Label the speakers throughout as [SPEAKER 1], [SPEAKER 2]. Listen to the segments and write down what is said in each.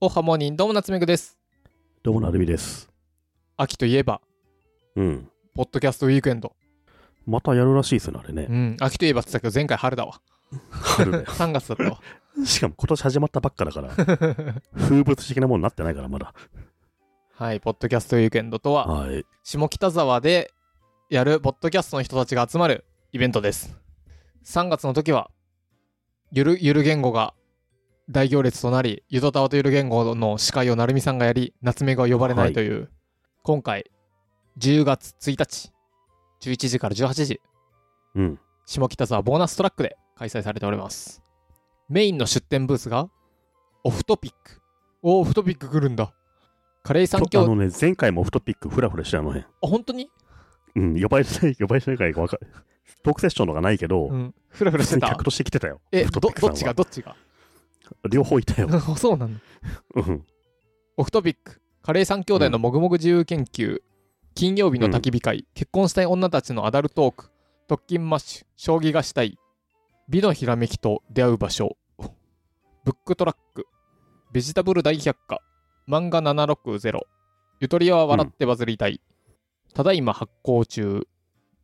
[SPEAKER 1] おはモーニンどうも夏目くです。
[SPEAKER 2] どうもなるみです。
[SPEAKER 1] 秋といえば、
[SPEAKER 2] うん。
[SPEAKER 1] ポッドキャストウィークエンド。
[SPEAKER 2] またやるらしいですよね、あれね
[SPEAKER 1] う。ん、秋といえばって言ったけど、前回春だ わ。
[SPEAKER 2] 春だよ。
[SPEAKER 1] 3月だったわ。
[SPEAKER 2] しかも今年始まったばっかだから、風物詩的なものになってないから、まだ。
[SPEAKER 1] はい、ポッドキャストウィークエンドとは、
[SPEAKER 2] はい。
[SPEAKER 1] 下北沢でやるポッドキャストの人たちが集まるイベントです。3月の時は、ゆる、ゆる言語が大行列となり、ゆとたわとゆる言語の司会をなるみさんがやり、夏目が呼ばれないという、今回、10月1日、11時から18時、
[SPEAKER 2] うん。
[SPEAKER 1] 下北沢ボーナストラックで開催されておりますメインの出店ブースがオフトピックおーオフトピック来るんだカレイ三
[SPEAKER 2] と
[SPEAKER 1] 兄
[SPEAKER 2] あ
[SPEAKER 1] 弟
[SPEAKER 2] のね、前回もオフトピックフラフラしてあの辺。
[SPEAKER 1] あ本当に、
[SPEAKER 2] うん、呼ばれてない、呼ばれてないからわかる。トークセッションとかないけど、
[SPEAKER 1] うん、フラフラ
[SPEAKER 2] 普
[SPEAKER 1] し
[SPEAKER 2] 通
[SPEAKER 1] て
[SPEAKER 2] に
[SPEAKER 1] た
[SPEAKER 2] 客として来てたよ。
[SPEAKER 1] え
[SPEAKER 2] オフ
[SPEAKER 1] ど
[SPEAKER 2] トピッ
[SPEAKER 1] どっ
[SPEAKER 2] クさんは
[SPEAKER 1] ちがどっちが
[SPEAKER 2] 両方いたよ。
[SPEAKER 1] そうなんだ
[SPEAKER 2] うん。
[SPEAKER 1] オフトピックカレイ三兄弟のもぐもぐ自由研究、金曜日の焚き火会、結婚したい女たちのアダルトーク特勤マッシュ将棋がしたい美のひらめきと出会う場所ブックトラックベジタブル大百科漫画760ゆとりは笑ってバズりたい、ただいま発行中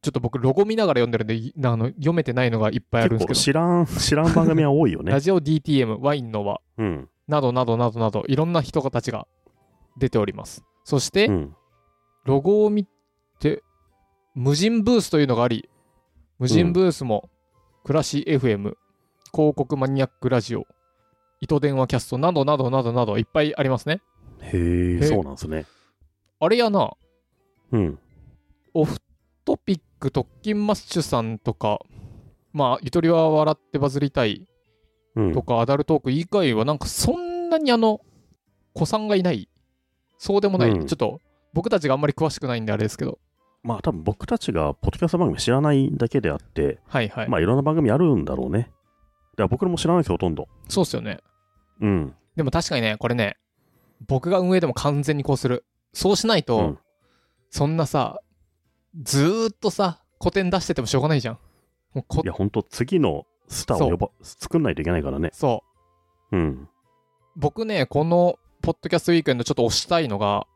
[SPEAKER 1] ちょっと僕ロゴ見ながら読んでるんでいあの読めてないのがいっぱいあるん
[SPEAKER 2] 結
[SPEAKER 1] で
[SPEAKER 2] 構
[SPEAKER 1] す
[SPEAKER 2] 知らん、知らん番組は多いよ
[SPEAKER 1] けど、ラ
[SPEAKER 2] ね。
[SPEAKER 1] ジオ DTM ワインの輪
[SPEAKER 2] うん。
[SPEAKER 1] などなどなどなどいろんな人たちが出ておりますそして、
[SPEAKER 2] うん。
[SPEAKER 1] ロゴを見て無人ブースというのがあり無人ブースも暮らし FM 広告マニアックラジオ糸電話キャストなどなどなどなどいっぱいありますね
[SPEAKER 2] へ
[SPEAKER 1] へ
[SPEAKER 2] え、
[SPEAKER 1] え
[SPEAKER 2] そうなんですね。
[SPEAKER 1] あれやな
[SPEAKER 2] うん。
[SPEAKER 1] オフトピック特勤マッシュさんとかまあゆとりは笑ってバズりたい
[SPEAKER 2] うん
[SPEAKER 1] と。か、アダルトーク以外はなんかそんなにあの子さんがいないそうでもない、
[SPEAKER 2] うん
[SPEAKER 1] ちょっと僕たちがあんまり詳しくないんであれですけど
[SPEAKER 2] まあ多分僕たちがポッドキャスト番組知らないだけであって、
[SPEAKER 1] はいはい、
[SPEAKER 2] まあいろんな番組あるんだろうね。だから僕も知らないですよ、ほとんど。
[SPEAKER 1] そうっすよね
[SPEAKER 2] うん。
[SPEAKER 1] でも確かにね、これね、僕が運営でも完全にこうする。そうしないと、
[SPEAKER 2] うん
[SPEAKER 1] そんなさ、ずーっとさ、古典出しててもしょうがないじゃん。もうこ
[SPEAKER 2] いや、ほんと次のスターを呼ば作んないといけないからね。
[SPEAKER 1] そ
[SPEAKER 2] うん。
[SPEAKER 1] う。僕ね、このポッドキャストウィークエンドちょっと推したいのが、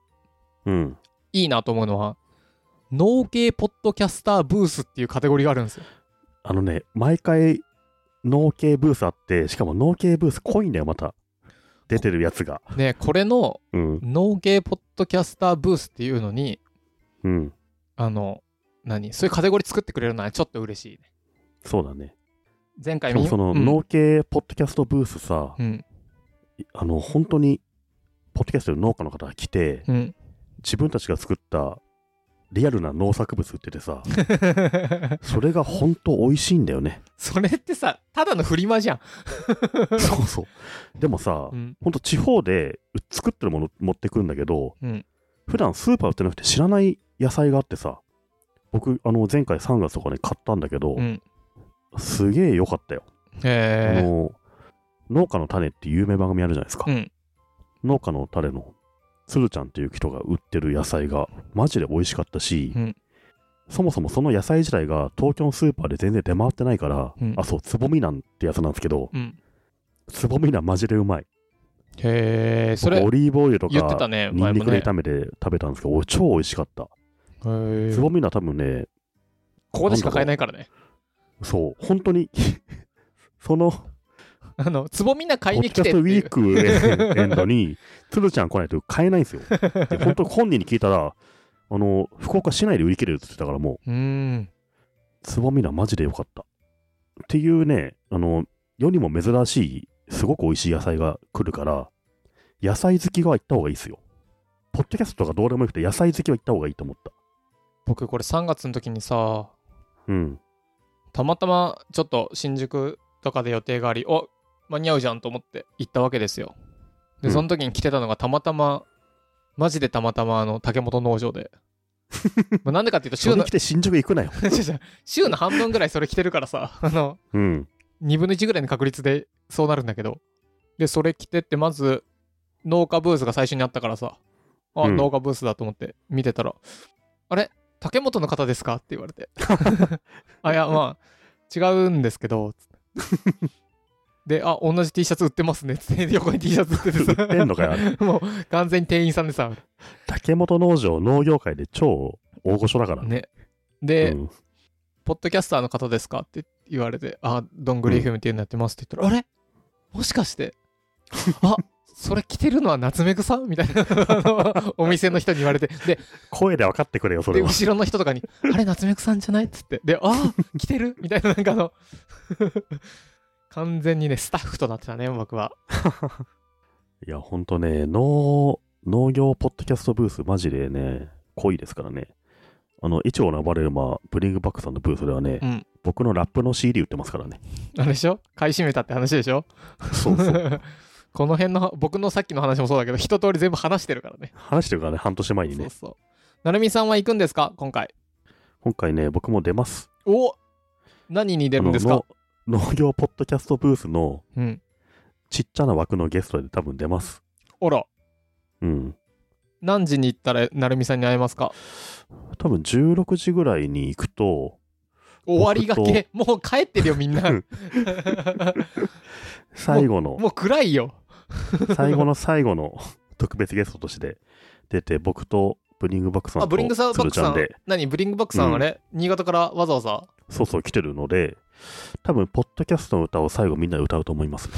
[SPEAKER 2] うん。
[SPEAKER 1] いいなと思うのは、農系ポッドキャスターブースっていうカテゴリーがあるんですよ。
[SPEAKER 2] あのね、毎回、農系ブースあって、しかも農系ブース濃いんだよ、また。出てるやつが。
[SPEAKER 1] ね、これの
[SPEAKER 2] うん。
[SPEAKER 1] 農系ポッドキャスターブースっていうのに、
[SPEAKER 2] うん。
[SPEAKER 1] あの、何そういうカテゴリー作ってくれるのはちょっと嬉しいね。
[SPEAKER 2] そうだね。
[SPEAKER 1] 前回
[SPEAKER 2] しかもその
[SPEAKER 1] うん
[SPEAKER 2] 農系ポッドキャストブースさ、
[SPEAKER 1] うん。
[SPEAKER 2] あの、本当に、ポッドキャストの農家の方が来て、
[SPEAKER 1] うん。
[SPEAKER 2] 自分たちが作ったリアルな農作物売って てさ、それが本当美味しいんだよね。
[SPEAKER 1] それってさただのフリマじゃん、
[SPEAKER 2] そうそう。でもさ、
[SPEAKER 1] うん
[SPEAKER 2] ほんと地方でう作ってるもの持ってくんだけど、
[SPEAKER 1] うん
[SPEAKER 2] 普段スーパー売ってなくて知らない野菜があってさ僕あの前回3月とかに買ったんだけど、
[SPEAKER 1] うん、
[SPEAKER 2] すげえ良かったよ、あ
[SPEAKER 1] え
[SPEAKER 2] の農家の種って有名番組あるじゃないですか、
[SPEAKER 1] うん
[SPEAKER 2] 農家の種のつるちゃんっていう人が売ってる野菜がマジで美味しかったし、
[SPEAKER 1] うん
[SPEAKER 2] そもそもその野菜自体が東京のスーパーで全然出回ってないから、
[SPEAKER 1] うん
[SPEAKER 2] あそうつぼみなんてやつなんですけど
[SPEAKER 1] うん、
[SPEAKER 2] つぼみなんマジでうまい
[SPEAKER 1] へえそれ
[SPEAKER 2] 僕オリーブオイルと
[SPEAKER 1] 言ってた
[SPEAKER 2] か、
[SPEAKER 1] ね
[SPEAKER 2] ニ
[SPEAKER 1] 前
[SPEAKER 2] ンニ
[SPEAKER 1] も
[SPEAKER 2] クで
[SPEAKER 1] ね
[SPEAKER 2] 炒めて食べたんですけど、お超美味しかった。
[SPEAKER 1] へー
[SPEAKER 2] つぼみのは多分ね、
[SPEAKER 1] ここでしか買えないからね
[SPEAKER 2] そう、本当に、 その、ポ
[SPEAKER 1] あのつぼみんな買い
[SPEAKER 2] ッド
[SPEAKER 1] に
[SPEAKER 2] キ
[SPEAKER 1] 来
[SPEAKER 2] ャ
[SPEAKER 1] て
[SPEAKER 2] ス
[SPEAKER 1] っ
[SPEAKER 2] ト
[SPEAKER 1] て
[SPEAKER 2] ウ
[SPEAKER 1] い
[SPEAKER 2] ィ
[SPEAKER 1] う
[SPEAKER 2] ークエンドに、つるちゃん来ないと買えないんですよ。で 本当、本人に聞いたら、あの、福岡市内で売り切れるって言ってたから、も
[SPEAKER 1] うーん
[SPEAKER 2] う、つぼみのはマジで良かった。っていうね、あの、世にも珍しい、すごく美味しい野菜が来るから、野菜好きは行った方がいいですよ。ポッドキャストとかどうでもよくて、野菜好きは行った方がいいと思った。
[SPEAKER 1] 僕これ3月の時にさ
[SPEAKER 2] うん。
[SPEAKER 1] たまたまちょっと新宿とかで予定がありお間に合うじゃんと思って行ったわけですよで
[SPEAKER 2] うん
[SPEAKER 1] その時に来てたのがたまたまマジでたまたまあの竹本農場 でまあなんでかっていうと
[SPEAKER 2] そ
[SPEAKER 1] 週
[SPEAKER 2] れ
[SPEAKER 1] の
[SPEAKER 2] 来て新宿行くなよ。
[SPEAKER 1] 違う違う週の半分ぐらいそれ着てるからさあの
[SPEAKER 2] うん。
[SPEAKER 1] 2分の1ぐらいの確率でそうなるんだけどでそれ着てってまず農家ブースが最初にあったからさあ、
[SPEAKER 2] うん
[SPEAKER 1] 農家ブースだと思って見てたら「あれ竹本の方ですか?」って言わ れて「あいやまあ違うんですけどつって」で、あ、同じ T シャツ売ってますねっつって、横に T シャツ売っててさ、
[SPEAKER 2] 売ってんのかよあれ
[SPEAKER 1] もう完全に店員さんでさ、
[SPEAKER 2] 竹本農場農業界で超大御所だから。
[SPEAKER 1] ね。
[SPEAKER 2] う
[SPEAKER 1] で、
[SPEAKER 2] ん、
[SPEAKER 1] ポッドキャスターの方ですかって言われて、あ、どんぐり FM っていうのやってますって言ったら、あれもしかして、あ、それ着てるのは夏目くさんみたいな、あのお店の人に言われて、で、
[SPEAKER 2] 声で分かってくれよ、そ
[SPEAKER 1] で
[SPEAKER 2] れは。
[SPEAKER 1] 後ろの人とかに、あれ夏目くさんじゃないっつって、で、あ、着てるみたいな、なんかあの、完全にね、スタッフとなってたね、僕は。
[SPEAKER 2] いや、ほんとね、農、農業ポッドキャストブース、マジでね、濃いですからね。あの、一応なばれるま、ブリングバックさんのブースではね、
[SPEAKER 1] うん
[SPEAKER 2] 僕のラップの CD 売ってますからね。
[SPEAKER 1] あれでしょ買い占めたって話でしょ
[SPEAKER 2] そうそう。
[SPEAKER 1] この辺の僕のさっきの話もそうだけど一通り全部話してるからね
[SPEAKER 2] 話してるからね、半年前に
[SPEAKER 1] そう
[SPEAKER 2] ね。
[SPEAKER 1] そうなるみさんは行くんですか今回
[SPEAKER 2] 今回ね、僕も出ます。
[SPEAKER 1] お何に出るんですか
[SPEAKER 2] あの農農業ポッドキャストブースの
[SPEAKER 1] うん
[SPEAKER 2] ちっちゃな枠のゲストで多分出ます。
[SPEAKER 1] おら
[SPEAKER 2] うん。
[SPEAKER 1] 何時に行ったらなるみさんに会えますか
[SPEAKER 2] 多分16時ぐらいに行くと、
[SPEAKER 1] 終わりがけ もう帰ってるよみんな
[SPEAKER 2] 最後の、
[SPEAKER 1] もう暗いよ
[SPEAKER 2] 最後の最後の特別ゲストとして出て、僕とブリングバックさん
[SPEAKER 1] あ
[SPEAKER 2] と
[SPEAKER 1] ブリングサーバッ
[SPEAKER 2] 鶴
[SPEAKER 1] ク
[SPEAKER 2] ち
[SPEAKER 1] さ
[SPEAKER 2] ゃ
[SPEAKER 1] ん
[SPEAKER 2] んで、
[SPEAKER 1] 何ブリングバックさんあれ、新潟からわざわざ
[SPEAKER 2] そうそう来てるので、多分ポッドキャストの歌を最後みんなで歌うと思 います。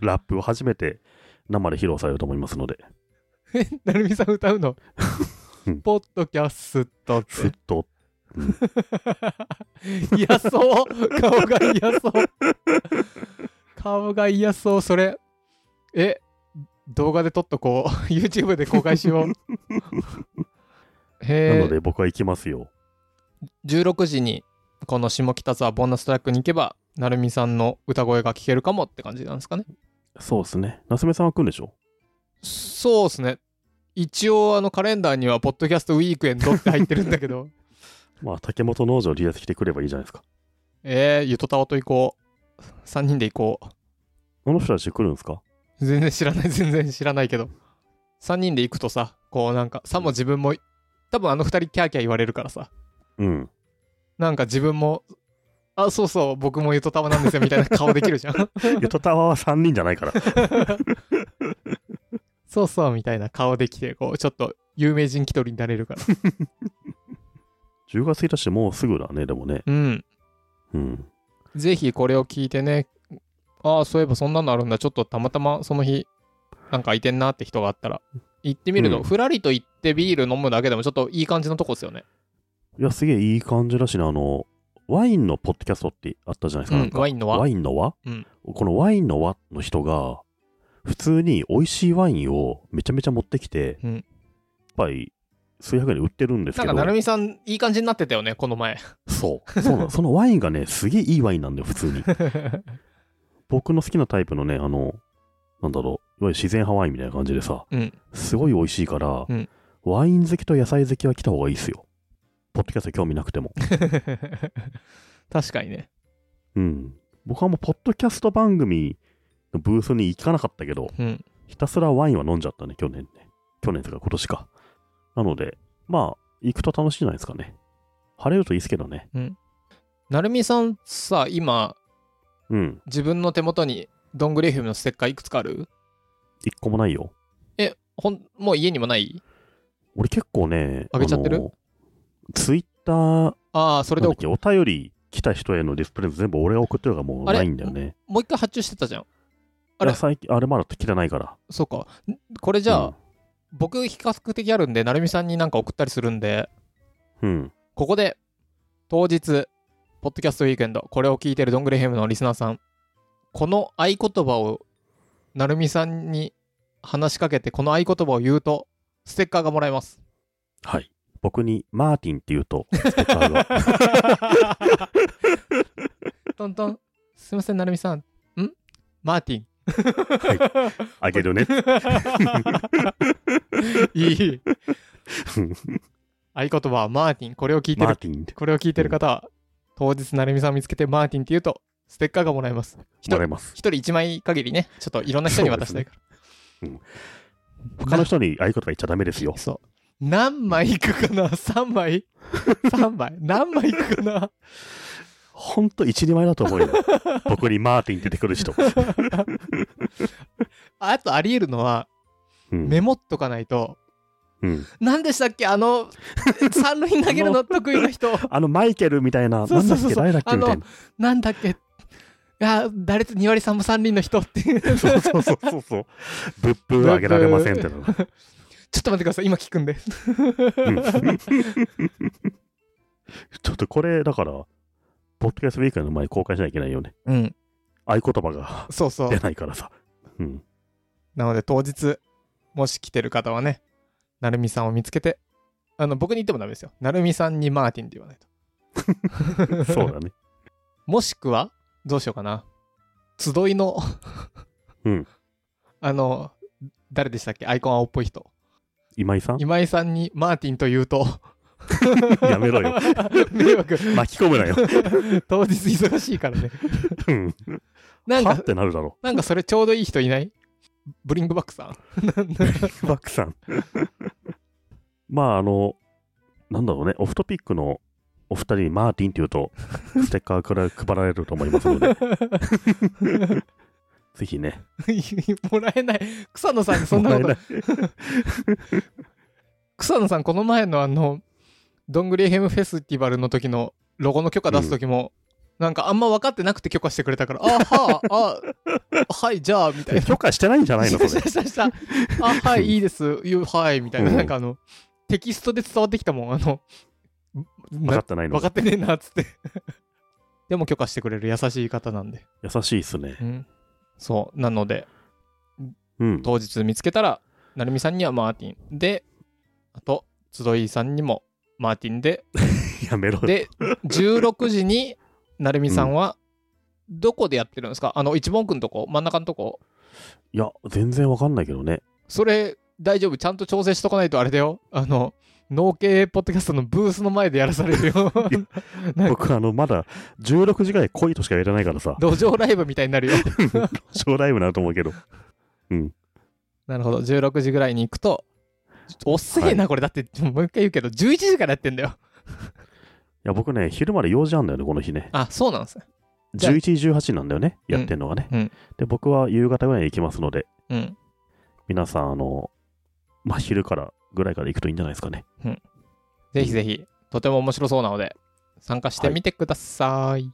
[SPEAKER 2] ラップを初めて生で披露されると思いますので、
[SPEAKER 1] えなるみさん歌うの
[SPEAKER 2] うん
[SPEAKER 1] ポッドキャストって
[SPEAKER 2] すっと、
[SPEAKER 1] 嫌そう顔が嫌そう顔が嫌そうそれえ動画で撮っとこう YouTube で公開しよう
[SPEAKER 2] な
[SPEAKER 1] へ
[SPEAKER 2] の
[SPEAKER 1] え
[SPEAKER 2] で僕は行きますよ。
[SPEAKER 1] 16時にこの下北沢ボーナストラックに行けばなるみさんの歌声が聞けるかもって感じなんですかね
[SPEAKER 2] そうですね。夏目さんは来るんでしょ
[SPEAKER 1] そうですね一応あのカレンダーには「ポッドキャストウィークエンド」って入ってるんだけど
[SPEAKER 2] まあ、竹本農場リアス来てくればいいじゃないですか。
[SPEAKER 1] えー、ゆとたわと行こう3人で行こう
[SPEAKER 2] この人たち来るんですか
[SPEAKER 1] 全然知らない 全然知らないけど3人で行くとさこうなんかさも自分も多分あの2人キャーキャー言われるからさ
[SPEAKER 2] うん。
[SPEAKER 1] なんか自分もあそうそう僕もゆとたまなんですよみたいな顔できるじゃん
[SPEAKER 2] ゆとたわは3人じゃな いから。
[SPEAKER 1] そうそうみたいな顔できてこうちょっと有名人気取りになれるから
[SPEAKER 2] 10月1日もうすぐだね、でもね。
[SPEAKER 1] うん
[SPEAKER 2] うん。
[SPEAKER 1] ぜひこれを聞いてねああそういえばそんなのあるんだちょっとたまたまその日なんかいてんなって人があったら行ってみると、
[SPEAKER 2] うん
[SPEAKER 1] ふらりと行ってビール飲むだけでもちょっといい感じのとこですよね
[SPEAKER 2] いや、すげえいい感じだしね、あの、ワインのポッドキャストってあったじゃないですか。
[SPEAKER 1] うん
[SPEAKER 2] なんか
[SPEAKER 1] ワインの輪
[SPEAKER 2] ワインの輪、
[SPEAKER 1] うん
[SPEAKER 2] このワインの輪の人が、普通に美味しいワインをめちゃめちゃ持ってきて、
[SPEAKER 1] うん
[SPEAKER 2] いっぱい数百円で売ってるんです
[SPEAKER 1] な
[SPEAKER 2] け
[SPEAKER 1] ん
[SPEAKER 2] ど、
[SPEAKER 1] かなるみさんいい感じになってたよねこの前
[SPEAKER 2] そう。そうなのそのワインがね、すげえいいワインなんだよ、普通に。僕の好きなタイプのね、あの、なんだろう、いわゆる自然派ワインみたいな感じでさ、
[SPEAKER 1] うん
[SPEAKER 2] すごい美味しいから、
[SPEAKER 1] うん
[SPEAKER 2] ワイン好きと野菜好きは来た方がいいですよ。ポッドキャスト興味なくても。
[SPEAKER 1] 確かにね。
[SPEAKER 2] うん。僕はもう、ポッドキャスト番組のブースに行かなかったけど、
[SPEAKER 1] うん。
[SPEAKER 2] ひたすらワインは飲んじゃったね、去年ね。去年とか今年か。なので、まあ、行くと楽しいんじゃないですかね。晴れるといいですけどね。
[SPEAKER 1] なるみさんさ、今、
[SPEAKER 2] うん。
[SPEAKER 1] 自分の手元にどんぐり FM のステッカーいくつかある
[SPEAKER 2] 一個もないよ。
[SPEAKER 1] ほん、もう家にもない
[SPEAKER 2] 俺結構ね、
[SPEAKER 1] あげちゃってる
[SPEAKER 2] ツイッター、
[SPEAKER 1] ああ、それ
[SPEAKER 2] なん
[SPEAKER 1] で
[SPEAKER 2] だ
[SPEAKER 1] お
[SPEAKER 2] っけ、お便り来た人へのディスプレイ全部俺が送ってるからもう
[SPEAKER 1] あれ
[SPEAKER 2] ないんだよね。
[SPEAKER 1] もう一回発注してたじゃん。あ
[SPEAKER 2] あ
[SPEAKER 1] れ
[SPEAKER 2] れ最近、あれまだ来てないから。
[SPEAKER 1] そうか。んこれじゃあ、
[SPEAKER 2] うん
[SPEAKER 1] 僕比較的あるんで、なるみさんになんか送ったりするんで、
[SPEAKER 2] うん。
[SPEAKER 1] ここで、当日、ポッドキャストウィークエンド、これを聞いてるどんぐり FM のリスナーさん、この合言葉を、なるみさんに話しかけて、この合言葉を言うと、ステッカーがもらえます。
[SPEAKER 2] はい。僕にマーティンって言うと、ステッカーが
[SPEAKER 1] トントン、すいません、なるみさん。んマーティン。
[SPEAKER 2] あげ るね。
[SPEAKER 1] いい。合言葉はマーティン。これを聞いて
[SPEAKER 2] マー
[SPEAKER 1] る、
[SPEAKER 2] ティンって
[SPEAKER 1] これを聞いてる方は、当日なるみさんを見つけてマーティンって言うと、ステッカーがもらえます。人
[SPEAKER 2] もらえます
[SPEAKER 1] 一。人一枚限りね、ちょっといろんな人に渡したいから。
[SPEAKER 2] 他の人にああいうことが言っちゃダメですよ。
[SPEAKER 1] そう。 何枚いくかな ?3 枚 ?3 枚何枚いくかな
[SPEAKER 2] ほんと一人前だと思うよ。 僕にマーティン出てくる人。
[SPEAKER 1] あとあり得るのは、
[SPEAKER 2] うん
[SPEAKER 1] メモっとかないと、
[SPEAKER 2] うん
[SPEAKER 1] 何でしたっけあの、 三塁投げるの得意な 人、
[SPEAKER 2] あのマイケルみたいな、
[SPEAKER 1] そ
[SPEAKER 2] な
[SPEAKER 1] うんそ
[SPEAKER 2] だ
[SPEAKER 1] う
[SPEAKER 2] っ
[SPEAKER 1] そう
[SPEAKER 2] け、誰だっけみたいな。
[SPEAKER 1] なんだっけいや、誰と2割3分三輪の人っていう。ちょ
[SPEAKER 2] そう
[SPEAKER 1] っ
[SPEAKER 2] そうそうそうそう。ブッブーあげられませんってな。
[SPEAKER 1] と待ってください、今聞くんで。
[SPEAKER 2] うん ちょっとこれ、だから、ポッドキャストウィークエンドの前に公開しなきゃいけないよね。
[SPEAKER 1] うん、
[SPEAKER 2] 合言葉が
[SPEAKER 1] そうそう
[SPEAKER 2] 出。ないからさ。うん。
[SPEAKER 1] なので当日、もし来てる方はね、なるみさんを見つけて、あの、僕に言ってもダメですよ。なるみさんにマーティンって言わないと。
[SPEAKER 2] そうだね。、
[SPEAKER 1] もしくは、どうしようかな。集いの
[SPEAKER 2] うん
[SPEAKER 1] あの、誰でしたっけアイコン青っぽい人。
[SPEAKER 2] 今井さん。
[SPEAKER 1] 今井さんにマーティンと言うと
[SPEAKER 2] やめろよ。
[SPEAKER 1] 迷惑。
[SPEAKER 2] 巻き込むなよ。
[SPEAKER 1] 当日忙しいからね。
[SPEAKER 2] うん。
[SPEAKER 1] なん
[SPEAKER 2] は
[SPEAKER 1] か
[SPEAKER 2] っ、てなるだろ
[SPEAKER 1] なんかそれちょうどいい人いないブリングバックさん。
[SPEAKER 2] う。バックさん。まあ、あの、なんだろうね、オフトピックのお二人にマーティンって言う と、ステッカーから配られると思いますので、ぜひね、
[SPEAKER 1] もらえない。草野さんにそんなこ
[SPEAKER 2] もら
[SPEAKER 1] と。草野さん、この前のあの、どんぐりヘムフェスティバルの時のロゴの許可出す時も、なんかあんま分かってなくて許可してくれたから、あはあ、あ、はい、じゃあ、みたい
[SPEAKER 2] え
[SPEAKER 1] な。
[SPEAKER 2] 許可してないんじゃないのそ
[SPEAKER 1] し
[SPEAKER 2] れ。
[SPEAKER 1] たしたしたしたあ、はい、いいです。ゆはい、みたいな。
[SPEAKER 2] うん
[SPEAKER 1] なんかあの、テキストで伝わってきたもん。あの、
[SPEAKER 2] 分かってないの
[SPEAKER 1] 分かってねえな、っつって。でも許可してくれる優しい方なんで。
[SPEAKER 2] 優しいっすね
[SPEAKER 1] う。ん。そう。なので、
[SPEAKER 2] うん。
[SPEAKER 1] 当日見つけたら、なるみさんにはマーティン。で、あと、つどいさんにもマーティンで、
[SPEAKER 2] やめろ よ。
[SPEAKER 1] で、16時に、なるみさんは、どこでやってるんですか、あの、一文くんとこ、真ん中のとこ。
[SPEAKER 2] いや、全然わかんないけどね。
[SPEAKER 1] それ、大丈夫。ちゃんと調整しとかないとあれだよ。あの、農系ポッドキャストのブースの前でやらされるよ。 なんか
[SPEAKER 2] 僕、あの、まだ16時ぐらい来いとしか言えてないからさ、
[SPEAKER 1] 土壌ライブみたいになるよ。
[SPEAKER 2] ショーライブになると思うけど。
[SPEAKER 1] なるほど。16時ぐらいに行くと、遅えな、これ。だって、もう一回言うけど、11時からやってんだよ。
[SPEAKER 2] いや、僕ね、昼まで用事あんだよね、この日ね。
[SPEAKER 1] あ、そうなんですね。じゃあ
[SPEAKER 2] 11時、18時なんだよね、やってんのがね。
[SPEAKER 1] うん
[SPEAKER 2] で、僕は夕方ぐらいに行きますので、
[SPEAKER 1] うん。
[SPEAKER 2] 皆さん、あの、まあ、昼からぐらいから行くといいんじゃないですかね。
[SPEAKER 1] ぜひぜひ、とても面白そうなので、参加してみてください。